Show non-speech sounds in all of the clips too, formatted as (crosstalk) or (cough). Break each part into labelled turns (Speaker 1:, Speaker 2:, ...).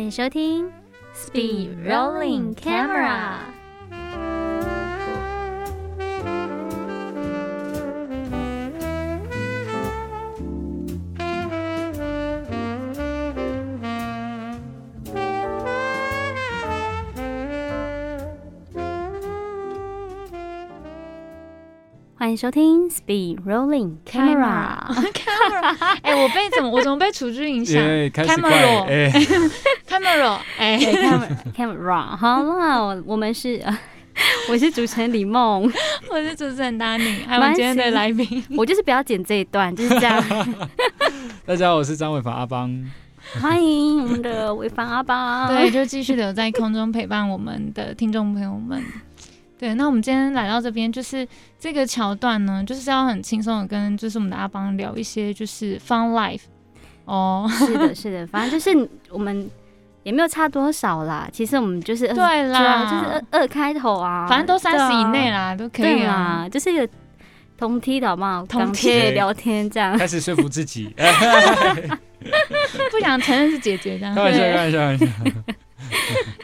Speaker 1: 迎收听
Speaker 2: Speed Rolling Camera。
Speaker 1: 欢迎收听 Speed Rolling Camera。
Speaker 2: camera，哎、 (laughs) 我被怎么我怎么被楚君影响
Speaker 3: 耶，开始怪
Speaker 2: Camera
Speaker 3: 哎，
Speaker 2: ？camera，哎、
Speaker 1: 对 camera (laughs) camera，好啦，我我们是， (laughs) 呃我是主持人李梦，
Speaker 2: 我是主持人 Danny，还有我们今天的来宾，
Speaker 1: (laughs) 我就是不要剪这一段，就是这样。 (laughs)
Speaker 3: 大家好，我是张伟凡
Speaker 2: (laughs)
Speaker 3: 阿邦。
Speaker 1: 欢迎我们的潍坊阿邦，
Speaker 2: 对，，就继续留在空中陪伴我们的听众朋友们。对，那我们今天来到这边，就是这个桥段呢，就是要很轻松的跟就是我们的阿邦聊一些就是 fun life 哦，
Speaker 1: 是的，是的，反正就是我们也没有差多少啦。其实我们就是二
Speaker 2: 对
Speaker 1: 对啊
Speaker 2: 啦，
Speaker 1: 就是二二开头啊，
Speaker 2: 反正都三十以内
Speaker 1: 了，
Speaker 2: 啦，都可以
Speaker 1: 对
Speaker 2: 啊。
Speaker 1: 啦，就是一个同梯的好不好？
Speaker 2: 同
Speaker 1: 港
Speaker 2: 梯
Speaker 1: 铁聊天这样。
Speaker 3: 开始说服
Speaker 2: (laughs)
Speaker 3: 自己，哎
Speaker 1: 啊
Speaker 2: 不想承认是姐姐这样，
Speaker 3: 开玩笑，
Speaker 2: 对
Speaker 3: 开玩笑，开玩笑。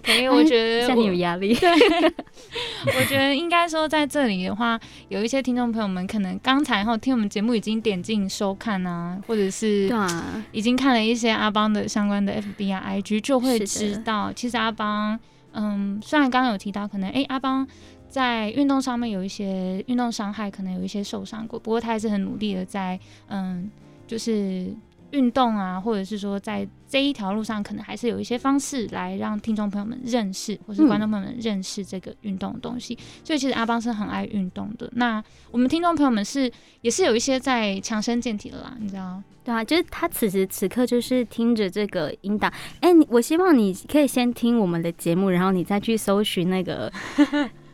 Speaker 2: 可
Speaker 1: 哎
Speaker 2: 以，我
Speaker 1: (laughs)
Speaker 2: 觉得
Speaker 1: 像你
Speaker 2: 我
Speaker 1: 有压力，
Speaker 2: 我觉得应该说，在这里的话，有一些听众朋友们可能刚才后听我们节目已经点进收看啊，或者
Speaker 1: 对
Speaker 2: 是
Speaker 1: 啊，
Speaker 2: 已经看了一些阿邦的相关的 FB 啊、IG，就会
Speaker 1: 是的
Speaker 2: 知道，其实阿邦，嗯，虽然刚刚有提到，可能诶，阿邦在运动上面有一些运动伤害，可能有一些受伤过，不过他还是很努力的在，嗯，就是。运动啊，或者是说在这一条路上，可能还是有一些方式来让听众朋友们认识，或是
Speaker 1: 嗯
Speaker 2: 观众朋友们认识这个运动的东西。所以其实阿邦是很爱运动的。那我们听众朋友们是也是有一些在强身健体的啦，你知道？
Speaker 1: 对啊，就是他此时此刻就是听着这个音档，哎、你我希望你可以先听我们的节目，然后你再去搜寻那
Speaker 2: (laughs)
Speaker 1: 个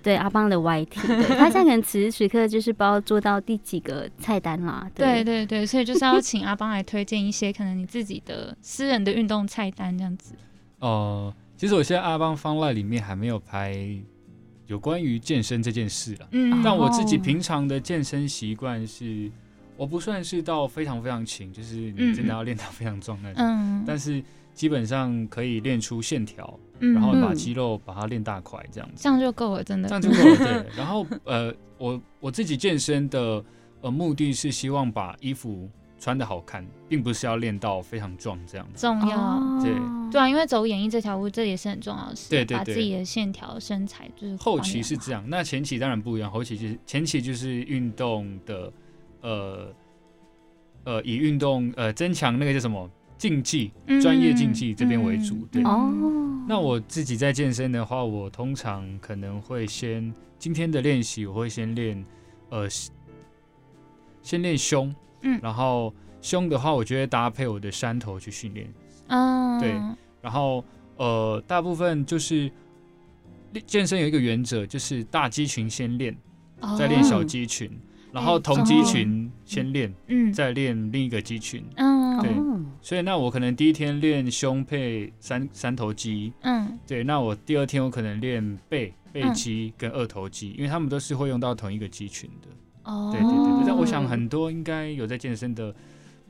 Speaker 1: 对阿邦的 YT，对他现在可能此时此刻就是不知道做到第几个菜单啦，
Speaker 2: 对对对，所以就是要请阿邦来推荐一些可能你自己的私人的运动菜单这样
Speaker 3: (laughs)
Speaker 2: 子。
Speaker 3: 哦，其实我现在阿邦方 e 里面还没有拍有关于健身这件事啊。
Speaker 2: 嗯
Speaker 3: 但我自己
Speaker 1: 哦
Speaker 3: 平常的健身习惯是，我不算是到非常非常勤，就是你真的要练到非常壮那种，
Speaker 2: 嗯
Speaker 3: 但是基本上可以练出线条，
Speaker 2: 嗯
Speaker 3: 然后把
Speaker 1: 嗯
Speaker 3: 肌肉把它练大块这样子。
Speaker 2: 这样就够了，真的。
Speaker 3: 这样就够了。 (laughs) 对，然后呃，我我自己健身的呃目的是希望把衣服穿的好看，并不是要练到非常壮这样子。
Speaker 2: (laughs) 重要。
Speaker 1: 哦
Speaker 3: 对
Speaker 2: 对啊，因为走演艺这条路，这也是很重要的事，
Speaker 3: 哦对对
Speaker 2: 把
Speaker 3: 对
Speaker 2: 自己的线条、身材就是
Speaker 3: 后期是
Speaker 2: 还原
Speaker 3: 这样，那前期当然不一样。后期就是前期就是运动的，呃呃，以运动呃增强那个叫什么竞技
Speaker 2: 嗯
Speaker 3: 专业竞技这边为主
Speaker 2: 嗯
Speaker 3: 对
Speaker 2: 嗯
Speaker 1: 哦，
Speaker 3: 那我自己在健身的话，我通常可能会先今天的练习，我会先练呃，先练胸，
Speaker 2: 嗯
Speaker 3: 然后胸的话，我就会搭配我的山头去训练，
Speaker 2: 嗯，
Speaker 3: 对然后呃，大部分就是练健身有一个原则，就是大肌群先练，
Speaker 2: 哦哎
Speaker 3: 再练小肌群，然后同肌群先练，
Speaker 2: 嗯
Speaker 3: 再练另一个肌群。
Speaker 2: 嗯
Speaker 3: 对
Speaker 1: 哦
Speaker 3: 所以那我可能第一天练胸配三三头肌，
Speaker 2: 嗯
Speaker 3: 对，那我第二天我可能练背背肌跟二头肌，因为他们都是会用到同一个肌群的。
Speaker 2: 哦，
Speaker 3: 对对对
Speaker 1: 哦
Speaker 3: 对，但我想很多应该有在健身的，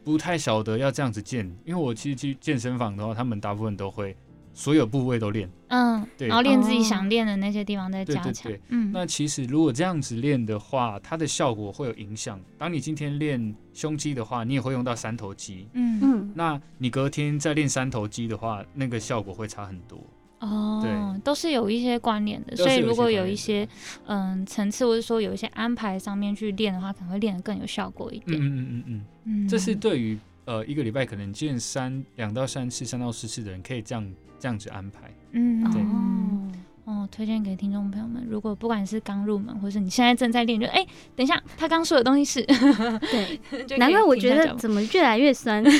Speaker 3: 不太晓得要这样子健，因为我其实去健身房的话，他们大部分都会所有部位都练。
Speaker 2: 嗯，
Speaker 3: 对
Speaker 2: 然后练自己想练的那些地方再加
Speaker 3: 对对
Speaker 2: 强
Speaker 3: 对，
Speaker 2: 嗯，
Speaker 3: 那其实如果这样子练的话，它的效果会有影响。当你今天练胸肌的话，你也会用到三头肌。
Speaker 2: 嗯
Speaker 1: 嗯，
Speaker 3: 那你隔天再练三头肌的话，那个效果会差很多。
Speaker 2: 哦，都是有一些关联的，
Speaker 3: 都
Speaker 2: 所
Speaker 3: 是
Speaker 2: 以
Speaker 3: 有一
Speaker 2: 如
Speaker 3: 些
Speaker 2: 果
Speaker 3: 关
Speaker 2: 有
Speaker 3: 联
Speaker 2: 一
Speaker 3: 的
Speaker 2: 些嗯层次，或者说有一些安排上面去练的话，可能会练得更有效果一
Speaker 3: 嗯
Speaker 2: 点。
Speaker 3: 嗯嗯嗯嗯。
Speaker 2: 嗯，
Speaker 3: 这是对于呃一个礼拜可能见三两到三次、三到四次的人，可以这样这样子安排。 (laughs)
Speaker 2: 嗯，
Speaker 3: 对
Speaker 2: 嗯
Speaker 1: 哦，
Speaker 2: 哦，推荐给听众朋友们，如果不管是刚入门，或是你现在正在练，就哎，等一下，他刚说的东西是，
Speaker 1: 对，
Speaker 2: (laughs) 就可以
Speaker 1: 难怪我
Speaker 2: 停
Speaker 1: 觉
Speaker 2: 下脚
Speaker 1: 得
Speaker 2: 步
Speaker 1: 怎么越来越酸
Speaker 2: (laughs)
Speaker 1: 痛，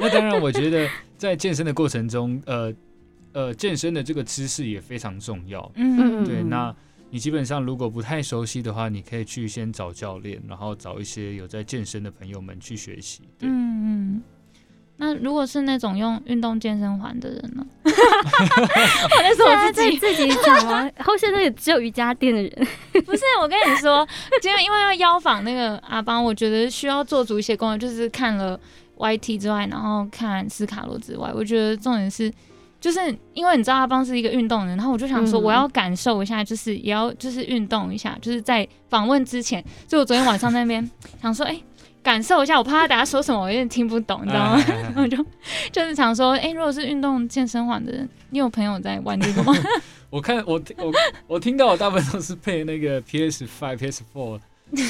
Speaker 3: 那当然，我觉得在健身的过程中，呃呃，健身的这个姿势也非常重要。
Speaker 2: 嗯，
Speaker 3: 对，
Speaker 1: 嗯
Speaker 3: 那你基本上如果不太熟悉的话，你可以去先找教练，然后找一些有在健身的朋友们去学习。对，
Speaker 2: 嗯嗯。那如果是那种用运动健身环的人呢？ (laughs) 我在
Speaker 1: 对
Speaker 2: 说我
Speaker 1: 啊，
Speaker 2: 自己
Speaker 1: 自。自己讲啊， (laughs) 后现在也只有瑜伽垫的人，
Speaker 2: 不是，我跟你 (laughs) 说，今天因为要邀访那个阿邦，我觉得需要做足一些功课，就是看了 YT 之外，然后看斯卡罗之外，我觉得重点是。就是因为你知道阿邦是一个运动人，然后我就想说
Speaker 1: 嗯
Speaker 2: 我要感受一下，就是也要就是运动一下，就是在访问之前，所以我昨天晚上那边想说，哎、感受一下，我怕他等下说什么我有点听不
Speaker 3: 啊
Speaker 2: 懂，你知道吗？然后
Speaker 3: 吗？
Speaker 2: 就就是想说，哎、如果是运动健身环的人，你有朋友在玩这个吗？
Speaker 3: (laughs) 我看我我我听到我大部分都是配那个 PS Five、PS Four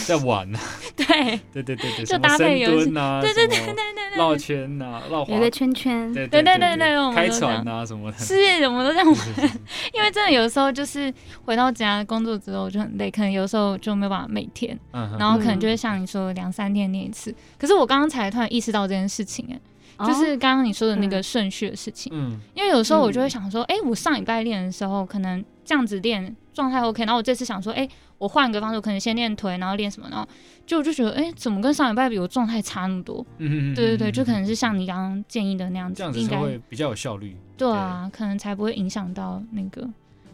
Speaker 3: 在玩啊，
Speaker 2: 对，
Speaker 3: 对对对对，
Speaker 2: 就
Speaker 3: 什么
Speaker 2: 搭配游戏
Speaker 3: 深蹲
Speaker 2: (laughs)
Speaker 3: 啊，
Speaker 2: 对对对
Speaker 3: 什么
Speaker 2: 对对
Speaker 3: 绕
Speaker 2: 对对，
Speaker 3: 圈呐，绕
Speaker 1: 有
Speaker 3: 滑
Speaker 1: 一个圈圈，
Speaker 3: 对
Speaker 2: 对
Speaker 3: 对
Speaker 2: 对对对我们
Speaker 3: 开
Speaker 2: 都这样
Speaker 3: 船啊什么的，嗯
Speaker 2: 是我们都这样玩，
Speaker 3: 是是是
Speaker 2: 因为真的有时候就是回到家工作之后就很累，可能有时候就没有办法每天，
Speaker 3: 嗯
Speaker 2: 然后可能
Speaker 1: 嗯
Speaker 2: 就会像你说两三天练一次。可是我刚刚才突然意识到这件事情、哎、
Speaker 1: 哦
Speaker 2: 就是刚刚你说的那个
Speaker 1: 嗯
Speaker 2: 顺序的事情，
Speaker 3: 嗯
Speaker 2: 因为有时候我就会想说，哎、我上礼拜练的时候可能这样子练状态 OK，然后我这次想说，哎、我换个方式，我可能先练腿，然后练什么，然后就我就觉得，哎、怎么跟上礼拜比我状态差那么多？
Speaker 3: 嗯，嗯
Speaker 2: 对对对，
Speaker 3: 嗯
Speaker 2: 就可能是像你刚刚建议的那样子，
Speaker 3: 这样子
Speaker 2: 应
Speaker 3: 才
Speaker 2: 该
Speaker 3: 会比较有效率。
Speaker 2: 对啊，可能才不会影响到那个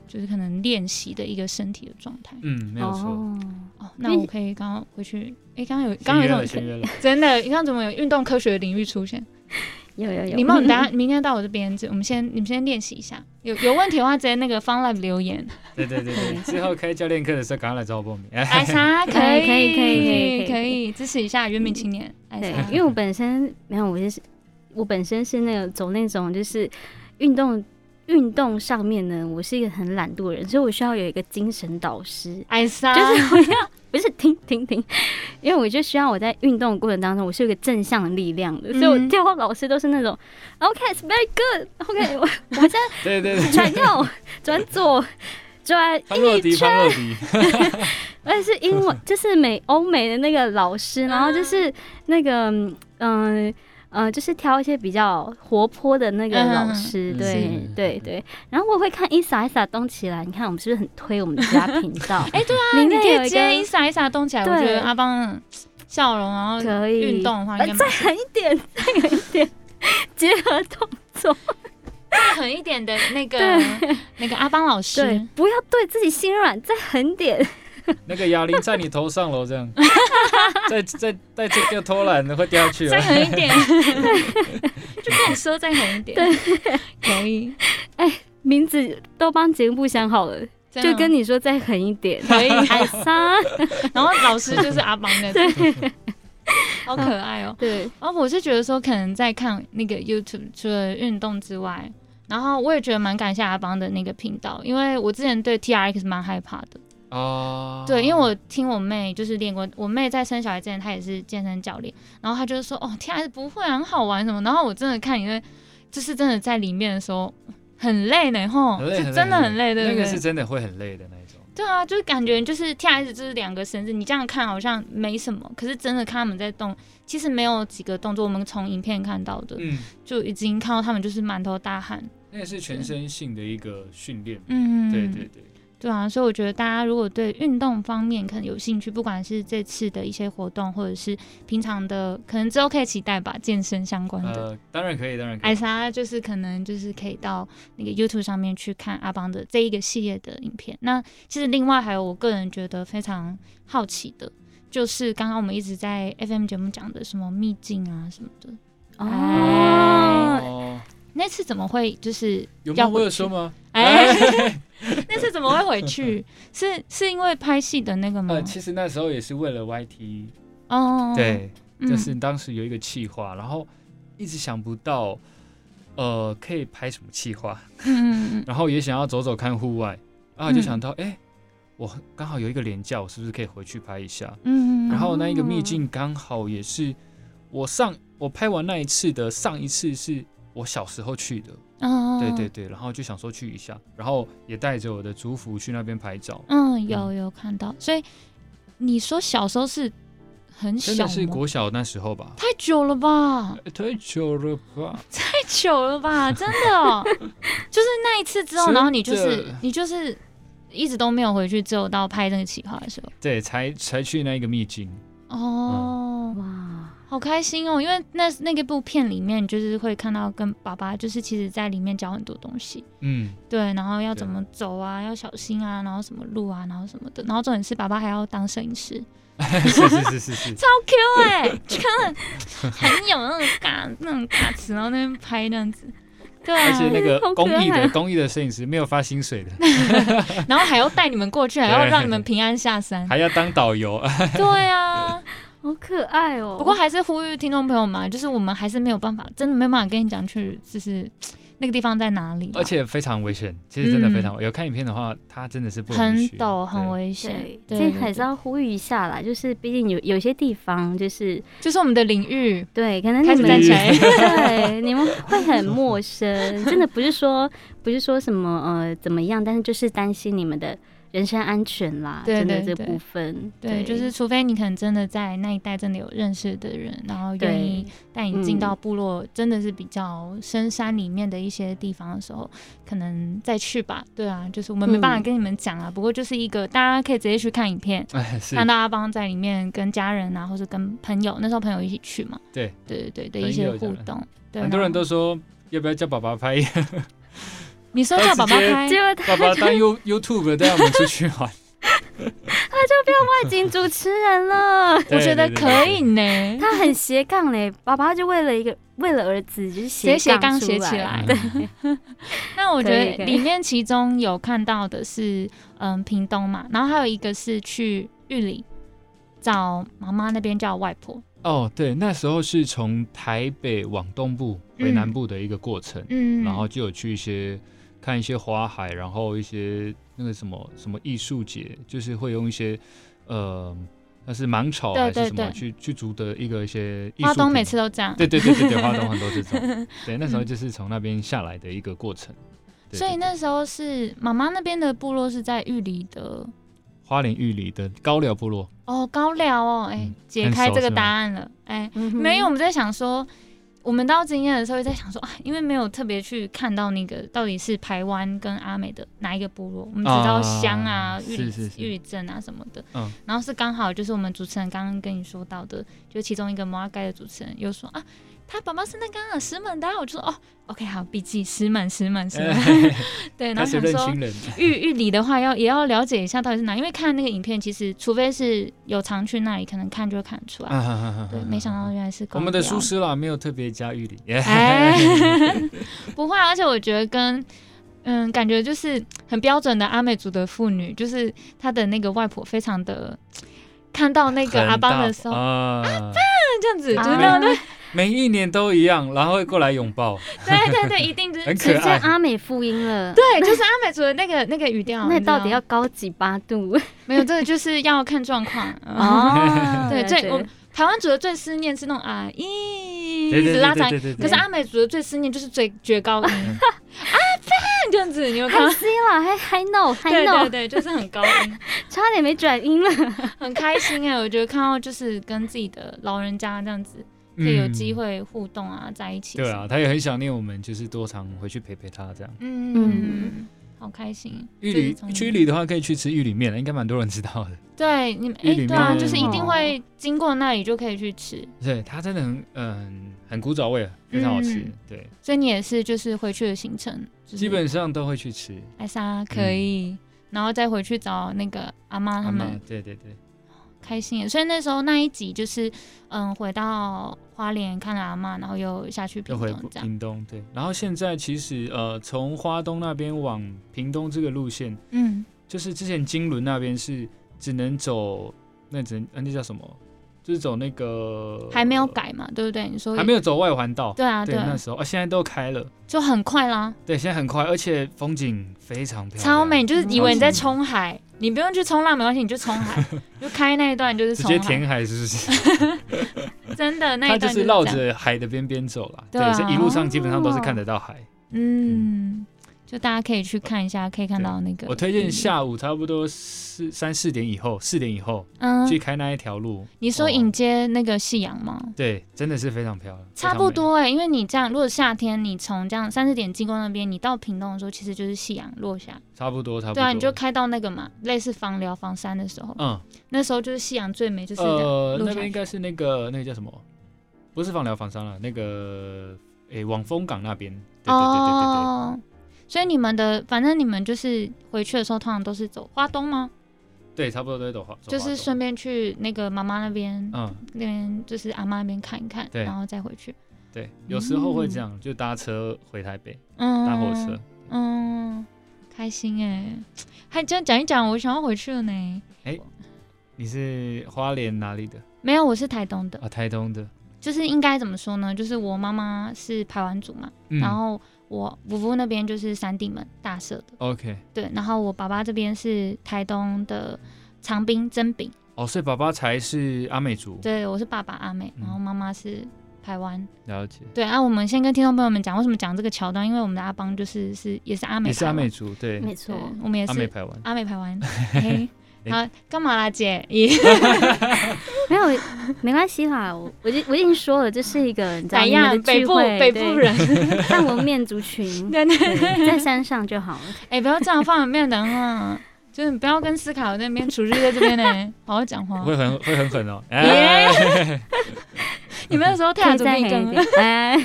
Speaker 2: 就是可能练习的一个身体的状态。
Speaker 3: 嗯，没有错。
Speaker 1: 哦
Speaker 2: 哦，
Speaker 1: 因
Speaker 2: 那
Speaker 1: 为
Speaker 2: 我
Speaker 1: 你
Speaker 2: 可以刚刚回去，哎、刚刚有刚刚
Speaker 3: 先约
Speaker 2: 有
Speaker 3: 了，
Speaker 2: 一种
Speaker 3: 先约了。
Speaker 2: 真的，你看怎么有运动科学的领域出现？
Speaker 1: 有有有，
Speaker 2: 你们等下明天到我这边，这我们先你们先练习一下，有有问题的话直接那个 Fun Live 留言，
Speaker 3: 对对
Speaker 2: (laughs)
Speaker 3: 对对，之后开教练课的时候，赶快来找我报名。哎
Speaker 2: 艾莎可
Speaker 1: 可以可以
Speaker 2: 以
Speaker 1: 可以可以
Speaker 2: 可
Speaker 1: 可以
Speaker 2: 以支持一下原民青年艾
Speaker 1: 对
Speaker 2: 莎，，
Speaker 1: 因为我本身没有，我就是我本身是那种走那种就是运动运动上面呢，我是一个很懒惰的人，所以我需要有一个精神导师，
Speaker 2: 艾莎
Speaker 1: 就是我要不是停停停，因为我就需要我在运动的过程当中，我是有一个正向的力量的，所以我
Speaker 2: 嗯
Speaker 1: 跳到老师都是那种 OK it's very good OK 我 (laughs) 我们现
Speaker 3: 对对
Speaker 1: 在
Speaker 3: 对，
Speaker 1: 转右转左转
Speaker 3: 潘若迪，潘若迪，
Speaker 1: 而且是英
Speaker 3: (laughs)
Speaker 1: 文，就是美欧美的那个老师，然后就是那个嗯嗯、呃就是挑一些比较活泼的那个老师，
Speaker 3: 嗯
Speaker 1: 对
Speaker 3: 是
Speaker 1: 对对。然后我会看伊莎伊莎动起来，你看我们是不是很推我们家频道？哎、对啊，里
Speaker 2: 你可
Speaker 1: 面有
Speaker 2: 以
Speaker 1: 一
Speaker 2: 接一
Speaker 1: 个
Speaker 2: 撒一撒动起来，我觉
Speaker 1: 对
Speaker 2: 得阿邦的笑容，然后
Speaker 1: 可以
Speaker 2: 运动的话
Speaker 1: 呃
Speaker 2: 应该
Speaker 1: 再
Speaker 2: 蛮
Speaker 1: 狠一点，再狠一点， (laughs) 结合动作，
Speaker 2: 狠一点的那个
Speaker 1: 对
Speaker 2: 那个阿邦老师，
Speaker 1: 对，不要对自己心软，再狠点，
Speaker 3: 那个哑铃在你头上喽，这
Speaker 2: (laughs)
Speaker 3: 样，再再再这个偷懒会掉下去
Speaker 2: 再
Speaker 3: 哦。
Speaker 2: 狠一 (laughs) 点，就跟我说再狠一点，对，可以，
Speaker 1: 名字都帮节目想好了，
Speaker 2: 真的
Speaker 1: 就跟你说再狠一点，
Speaker 2: 可以
Speaker 1: 艾莎，
Speaker 2: 然后老师就是阿邦的， (laughs) 对，好可爱哦。 (laughs)
Speaker 1: 对，
Speaker 2: 然后我是觉得说，可能在看那个 YouTube 除了运动之外，然后我也觉得蛮感谢阿邦的那个频道，因为我之前对 TRX 蛮害怕的，
Speaker 3: 哦，
Speaker 2: 对，因为我听我妹就是练过，我妹在生小孩之前她也是健身教练，然后她就是说，哦，TRX 不会啊很好玩什么，然后我真的看你那，就是真的在里面的时候很累呢，吼，
Speaker 3: 很累，
Speaker 2: 是真的很累，对
Speaker 3: 那
Speaker 2: 不
Speaker 3: 个
Speaker 2: 对？
Speaker 3: 是真的会很累的那一种。
Speaker 2: 对啊，就是感觉就是 T S 就是两个绳子，你这样看好像没什么，可是真的看他们在动，其实没有几个动作，我们从影片看到的，
Speaker 3: 嗯，
Speaker 2: 就已经看到他们就是满头大汗。
Speaker 3: 那是全身性的一个训练。
Speaker 2: 嗯，
Speaker 3: 对对对，
Speaker 2: 对啊，所以我觉得大家如果对运动方面可能有兴趣，不管是这次的一些活动，或者是平常的，可能之后可以期待吧，健身相关的。
Speaker 3: 呃，当然可以，当然可
Speaker 2: 艾
Speaker 3: 以。
Speaker 2: 莎就是可能就是可以到那个 YouTube 上面去看阿邦的这一个系列的影片。那其实另外还有我个人觉得非常好奇的，就是刚刚我们一直在 FM 节目讲的什么秘境啊什么的，
Speaker 1: 哦，
Speaker 3: 哦，
Speaker 2: 那次怎么会
Speaker 3: (laughs)
Speaker 2: 就是
Speaker 3: 有
Speaker 2: 要
Speaker 3: 吗？
Speaker 2: 回
Speaker 3: 我有
Speaker 2: 去
Speaker 3: 说吗？
Speaker 2: 哎，那次怎么会回去？是是因为拍戏的那个吗
Speaker 3: 呃，？其实那时候也是为了 YT，
Speaker 2: 哦，
Speaker 3: 对，
Speaker 2: 嗯嗯，
Speaker 3: 就是当时有一个企划，然后一直想不到，呃，可以拍什么企划，
Speaker 2: 嗯嗯嗯
Speaker 3: 然后也想要走走看户外，然后就
Speaker 2: 嗯
Speaker 3: 想到，哎、我刚好有一个连假，我是不是可以回去拍一下？
Speaker 2: 嗯，
Speaker 3: 然后那一个秘
Speaker 1: 哦
Speaker 3: 境刚好也是我上我拍完那一次的上一次是我小时候去的，
Speaker 2: 嗯，
Speaker 3: 对对，对，然后就想说去一下，然后也带着我的族服去那边拍照，
Speaker 2: 嗯，有有看到，所以你说小时候是很
Speaker 3: 真
Speaker 2: 小
Speaker 3: 的
Speaker 2: 吗？
Speaker 3: 是国小那时候吧，
Speaker 2: 太久了吧，
Speaker 3: 呃太久了吧？
Speaker 2: 太久了吧，真的哦、就是那一次之后，
Speaker 3: 真的
Speaker 2: 然后你就是你就是一直都没有回去，只有到拍那个企划的时候。
Speaker 3: 对，才才去那一个秘境，
Speaker 2: 哦，
Speaker 1: 哇，
Speaker 2: 好开心哦！因为那那个部片里面，就是会看到跟爸爸，就是其实在里面教很多东西，
Speaker 3: 嗯，
Speaker 2: 对，然后要
Speaker 3: 对
Speaker 2: 怎么走啊，要小心啊，然后什么路啊，然后什么的，然后重点是爸爸还要当摄影师，
Speaker 3: (laughs) 是是是是是，
Speaker 2: 超 Q 哎、
Speaker 3: (laughs)
Speaker 2: 就看得很有那种嘎那种嘎词，然后那边拍那样子，对
Speaker 3: 而且
Speaker 2: 啊，
Speaker 3: 那个
Speaker 1: 好可
Speaker 3: 公益
Speaker 1: 爱
Speaker 3: 的
Speaker 1: 啊
Speaker 3: 公益的摄影师没有发薪水的，
Speaker 2: (laughs) 然后还要带你们过去，还要让你们平安下山，
Speaker 3: 还要当导游， (laughs)
Speaker 2: 对啊。
Speaker 1: 好可爱哦、
Speaker 2: 不过还是呼吁听众朋友嘛，就是我们还是没有办法，真的没有办法跟你讲去，就是那个地方在哪里啊啦，
Speaker 3: 而且非常危险，其实真的非常危。有看影片的话，它真的是不容
Speaker 2: 嗯很
Speaker 3: 易去
Speaker 2: 陡，很
Speaker 3: 对
Speaker 2: 危险
Speaker 1: 对，，这
Speaker 2: 对对
Speaker 1: 还是
Speaker 2: 对
Speaker 1: 要呼吁一下啦，就是毕竟有有些地方就是
Speaker 2: 就是我们的领域。
Speaker 1: 对，可能
Speaker 2: 开
Speaker 1: 你
Speaker 2: 始
Speaker 1: 们
Speaker 2: 站起
Speaker 1: (laughs)
Speaker 2: 来
Speaker 1: 对你们会很陌生，真的不是说不是说什么呃怎么样，但是就是担心你们的人身安全啦，
Speaker 2: 对
Speaker 1: 真的
Speaker 2: 对
Speaker 1: 这
Speaker 2: 对
Speaker 1: 部分，
Speaker 2: 对，就是除非你可能真的在那一带真的有认识的人，然后愿
Speaker 1: 对
Speaker 2: 意带你
Speaker 1: 嗯
Speaker 2: 进到部落，真的是比较深山里面的一些地方的时候，可能再去吧。对啊，就是我们没办法
Speaker 1: 嗯
Speaker 2: 跟你们讲啊，不过就是一个大家可以直接去看影片，
Speaker 3: 哎，是
Speaker 2: 看到阿邦在里面跟家人啊，或者跟朋友，那时候朋友一起去嘛，
Speaker 3: 对
Speaker 2: 对对对
Speaker 3: 朋
Speaker 2: 的一些
Speaker 3: 友这
Speaker 2: 互
Speaker 3: 样
Speaker 2: 动，对，啊
Speaker 3: 很多人
Speaker 2: 然后
Speaker 3: 都说要不要叫爸爸拍， (laughs)
Speaker 2: 你说叫
Speaker 3: 他直
Speaker 2: 爸爸
Speaker 3: 接
Speaker 2: 拍
Speaker 1: 结，果他
Speaker 3: 爸爸当 You YouTube 带我们出去玩，
Speaker 1: 已经主持人
Speaker 2: (laughs)
Speaker 1: 了，
Speaker 2: 我觉得
Speaker 3: 对嗯
Speaker 2: 可以，呢，
Speaker 1: 他很斜杠嘞，爸爸就为了一个为了儿子就是
Speaker 2: 直接斜杠
Speaker 1: 杠出
Speaker 2: 写起来
Speaker 3: 对。对
Speaker 2: 对
Speaker 3: 对对嗯
Speaker 2: 那我觉
Speaker 1: 可
Speaker 2: 得
Speaker 1: 以
Speaker 2: 里面其中有看到的是，嗯，屏东嘛，然后还有一个是去玉里找妈妈那边叫外婆，
Speaker 3: 哦，对，那时候是从台北往东部回南
Speaker 2: 嗯
Speaker 3: 部的一个过程，
Speaker 2: 嗯，
Speaker 3: 然后就有去一些看一些花海，然后一些那个什么什么艺术节，就是会用一些呃，那是芒草
Speaker 2: 对
Speaker 3: 还是
Speaker 2: 对
Speaker 3: 什么
Speaker 2: 对
Speaker 3: 去去竹的一个一些艺术
Speaker 2: 花东
Speaker 3: 品
Speaker 2: 每次都这样，
Speaker 3: 对对对对对，花
Speaker 2: (laughs)
Speaker 3: 东很多这种，对，那时候就是从那边下来的一个过程。对
Speaker 2: 所以
Speaker 3: 对
Speaker 2: 那时候是妈妈那边的部落是在玉里的
Speaker 3: 花莲玉里的高寮部落，
Speaker 2: 哦高寮哦，哎
Speaker 3: 嗯，
Speaker 2: 解
Speaker 3: 很
Speaker 2: 开
Speaker 3: 熟
Speaker 2: 这个
Speaker 3: 是吗
Speaker 2: 答案了，哎，
Speaker 1: 嗯哼
Speaker 2: 没有，我们在想说，我们到今天的时候也在想说啊，因为没有特别去看到那个到底是台湾跟阿美的哪一个部落，我们只知道乡啊、
Speaker 3: 啊
Speaker 2: 玉里
Speaker 3: 是是是
Speaker 2: 玉里镇啊什么的。
Speaker 3: 嗯
Speaker 2: 然后是刚好就是我们主持人刚刚跟你说到的，就其中一个摩阿盖的主持人有说啊。他爸爸是那个啊石门的啊、我就说哦，OK，好，笔记石门，石门，
Speaker 3: (laughs)
Speaker 2: 石门， (laughs) 对，然
Speaker 3: 哎他
Speaker 2: 后
Speaker 3: 是
Speaker 2: 想
Speaker 3: 认
Speaker 2: 说
Speaker 3: 亲人，
Speaker 2: 玉玉里的话要，也要了解一下到底是哪，因为看那个影片，其实除非是有常去那里，可能看就会看得出来。对，
Speaker 3: (laughs)
Speaker 2: 没想到原来是高
Speaker 3: 嗯我们的
Speaker 2: 标
Speaker 3: 苏师啦没有特别加玉里，
Speaker 2: 哎，不会啊，而且我觉得跟嗯，感觉就是很标准的阿美族的妇女，就是她的那个外婆非常的。看到那个阿邦的时候，
Speaker 3: 啊，
Speaker 2: 这样子，
Speaker 1: 啊
Speaker 2: 就是那种对
Speaker 3: 每一年都一样，然后会过来拥抱，
Speaker 2: 对对对，一定就是
Speaker 3: 很
Speaker 1: 直
Speaker 3: 可
Speaker 1: 接
Speaker 3: 爱。
Speaker 1: 阿美复音了，
Speaker 2: 对，就是阿美族的那个那个语调。
Speaker 1: 那
Speaker 2: 你知道
Speaker 1: 到底要高几八度
Speaker 2: 没有这个，就是要看状
Speaker 3: (laughs)
Speaker 2: 况。 (laughs)
Speaker 3: 啊
Speaker 2: 哦，
Speaker 1: 哦？
Speaker 2: 对最我台湾族的最思念是那种啊咦，(laughs)
Speaker 3: 对
Speaker 2: 一直
Speaker 3: 对
Speaker 2: 拉
Speaker 3: 对
Speaker 2: 长
Speaker 3: 对对
Speaker 2: 可
Speaker 3: 对
Speaker 2: 是，阿美族的最思念就是最绝高音，
Speaker 3: (laughs)
Speaker 2: 阿范这样子，你有看
Speaker 1: 嗨
Speaker 2: 到？
Speaker 1: C 啦，嗨嗨 (laughs) no 嗨
Speaker 2: 对
Speaker 1: no，
Speaker 2: 对对，就是很高音，
Speaker 1: 差点没转音了。
Speaker 2: 很开心哎、我觉得看到就是跟自己的老人家这样子，可以有机。会互动啊，在一起。
Speaker 3: 嗯对啊，，他也很想念我们，就是多常回去陪陪他这样。
Speaker 2: 嗯，好开心。
Speaker 3: 玉
Speaker 2: 就是
Speaker 3: 里
Speaker 2: 从
Speaker 3: 去玉里的话，可以去吃玉里面了，应该蛮多人知道的。
Speaker 2: 对你们
Speaker 3: 玉里
Speaker 2: 哎，对啊，
Speaker 1: 面
Speaker 2: 就是一定会经过那里就可以去吃，
Speaker 3: 对，它真的很嗯很古早味，非常好吃
Speaker 2: 嗯。
Speaker 3: 对，
Speaker 2: 所以你也是就是回去的行程，就是
Speaker 3: 基本嗯上都会去吃。
Speaker 2: 艾莎可以，然后再回去找那个阿妈他
Speaker 3: 阿
Speaker 2: 们
Speaker 3: 嬷，对对对，
Speaker 2: 开心欸耶，所以那时候那一集就是，嗯，回到花莲看了阿妈，然后又下去
Speaker 3: 又
Speaker 2: 屏
Speaker 3: 回
Speaker 2: 东这样，
Speaker 3: 屏东。对，然后现在其实呃，从花东那边往屏东这个路线，
Speaker 2: 嗯，
Speaker 3: 就是之前金轮那边是只能走那只能、呃那叫什么？就是走那个
Speaker 2: 还没有，改嘛，对不对？你说
Speaker 3: 呃还没有走外环道。
Speaker 2: 对啊，
Speaker 3: 对，
Speaker 2: 对啊
Speaker 3: 那时候啊，现在都开了。
Speaker 2: 就很快啦，
Speaker 3: 对，现在很快，而且风景非常漂亮，
Speaker 2: 超美，你就是
Speaker 1: 嗯
Speaker 2: 以为你在冲海，你不用去冲浪没关系，你就冲海，就开那一段就是
Speaker 3: (laughs) 直
Speaker 2: 冲
Speaker 3: 接
Speaker 2: 海，
Speaker 3: 填海是不是？
Speaker 2: 真的那
Speaker 3: 它
Speaker 2: 一
Speaker 3: 就
Speaker 2: 段
Speaker 3: 是
Speaker 2: 这样
Speaker 3: 绕，着海的边边走啦，
Speaker 2: 对啊哦
Speaker 3: 所以一路上基本上都是看得到海。
Speaker 2: 嗯，就大家可以去看一下，可以看
Speaker 3: 对
Speaker 2: 到那个，
Speaker 3: 我推荐，下午差不多四三四点以后，四点以后
Speaker 2: 嗯，
Speaker 3: 去开那一条路，
Speaker 2: 你说
Speaker 3: 哦
Speaker 2: 迎接那个夕阳吗？
Speaker 3: 对，真的是非常漂亮，
Speaker 2: 差不多哎、因为你这样，如果夏天你从这样三四点经过那边，你到屏东的时候，其实就是夕阳落下。
Speaker 3: 非常美，差不多，差不多。
Speaker 2: 对啊，你就开到那个嘛，类似防寮、防山的时候，
Speaker 3: 嗯
Speaker 2: 那时候就是夕阳最美，就是这样
Speaker 3: 呃，
Speaker 2: 路
Speaker 3: 那
Speaker 2: 下
Speaker 3: 边应
Speaker 2: 去。
Speaker 3: 该是那个那个叫什么不是放疗防伤了，那个诶、往风港那边，对对对对对对，
Speaker 2: 哦，所以你们的，反正你们就是回去的时候，通常都是走花东吗？
Speaker 3: 对，差不多都会走花，走
Speaker 2: 就
Speaker 3: 花
Speaker 2: 是
Speaker 3: 东
Speaker 2: 顺便去那个妈妈那边，
Speaker 3: 嗯，
Speaker 2: 那边就是阿妈那边看一看，
Speaker 3: 对
Speaker 2: 然后再回去。
Speaker 3: 对，有时候会这样，就搭车回台北，
Speaker 2: 嗯，
Speaker 3: 搭火车，
Speaker 2: 嗯，开心哎、还这样讲一讲，我想要回去了呢。
Speaker 3: 你是花莲哪里的
Speaker 2: 没有，我是台东的，
Speaker 3: 啊？台东的，
Speaker 2: 就是应该怎么说呢？就是我妈妈是排湾族嘛，
Speaker 3: 嗯
Speaker 2: 然后我姑姑那边就是山地门大社的，
Speaker 3: OK，
Speaker 2: 对，然后我爸爸这边是台东的长滨真饼，
Speaker 3: 哦，所以爸爸才是阿美族，
Speaker 2: 对我是爸爸阿美，
Speaker 3: 嗯
Speaker 2: 然后妈妈是台湾，
Speaker 3: 了解，
Speaker 2: 对啊，我们先跟听众朋友们讲，为什么讲这个桥段，因为我们的阿邦就是是也是阿美，
Speaker 3: 也是阿美，族，对，
Speaker 1: 没
Speaker 2: 对
Speaker 1: 错，，
Speaker 2: 我们也
Speaker 3: 阿美
Speaker 2: 是
Speaker 3: 排湾，
Speaker 2: 阿美台
Speaker 3: (laughs)
Speaker 2: 湾，嘿，
Speaker 3: 哎
Speaker 2: 好，干嘛啦姐？咦
Speaker 1: 没有没关系啦，我我就我已经说了，这是一个你知道
Speaker 2: 怎
Speaker 1: 你们
Speaker 2: 样？
Speaker 1: 的聚
Speaker 2: 北部
Speaker 1: 会，
Speaker 2: 北
Speaker 1: 对 (laughs)
Speaker 2: 部，人， (laughs)
Speaker 1: 但我面族群
Speaker 2: 对对
Speaker 1: 对在山上就好了。
Speaker 2: (laughs) 哎、不要这样放冷面的哈，啊就是你不要跟思考那边，楚日在这边呢，好好讲话。
Speaker 3: 会很会很狠哦，哎
Speaker 2: 耶，你们那时候太
Speaker 1: 可
Speaker 2: 阳
Speaker 1: 以
Speaker 2: 族
Speaker 1: 再
Speaker 2: 那
Speaker 1: 黑一
Speaker 2: 个
Speaker 1: 点，哎，